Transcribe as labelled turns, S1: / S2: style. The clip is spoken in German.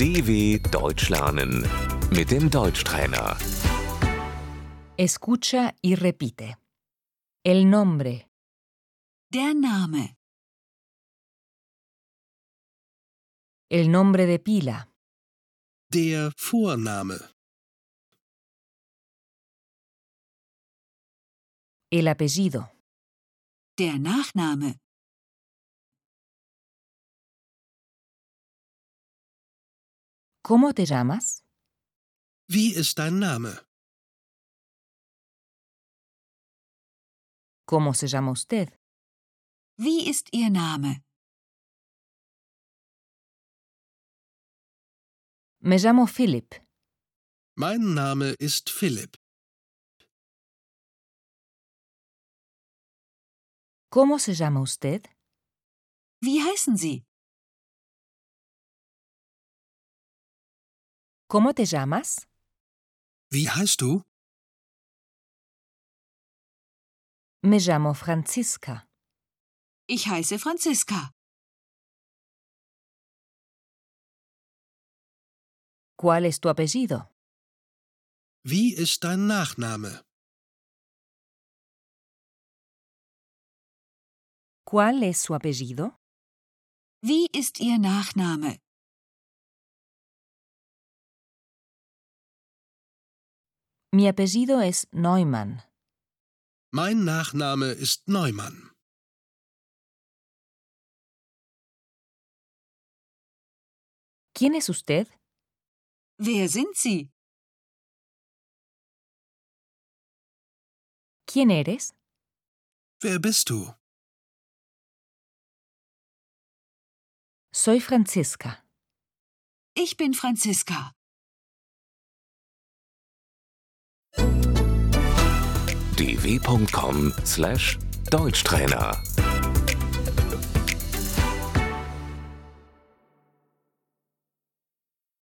S1: DW Deutsch lernen mit dem Deutschtrainer.
S2: Escucha y repite. El nombre,
S3: Der Name,
S2: el nombre de pila,
S4: Der Vorname.
S2: el apellido,
S3: der Nachname,
S2: cómo te llamas,
S4: Wie ist dein Name?
S2: cómo se llama usted,
S3: wie ist Ihr Name?
S2: me llamo Philip,
S4: Mein Name ist Philipp.
S2: cómo se llama usted,
S3: Wie heißen Sie?
S2: cómo te llamas,
S4: Wie heißt du?
S2: me llamo Franziska,
S3: Ich heiße Franziska.
S2: cuál es tu apellido,
S4: Wie ist dein Nachname?
S2: cuál es su apellido,
S3: Wie ist Ihr Nachname?
S2: mi apellido es Neumann,
S4: Mein Nachname ist Neumann.
S2: ¿quién es usted?
S3: Wer sind Sie?
S2: ¿quién eres?
S4: Wer bist du?
S2: Soy Franziska,
S3: Ich bin Franziska.
S1: dw.com/deutschtrainer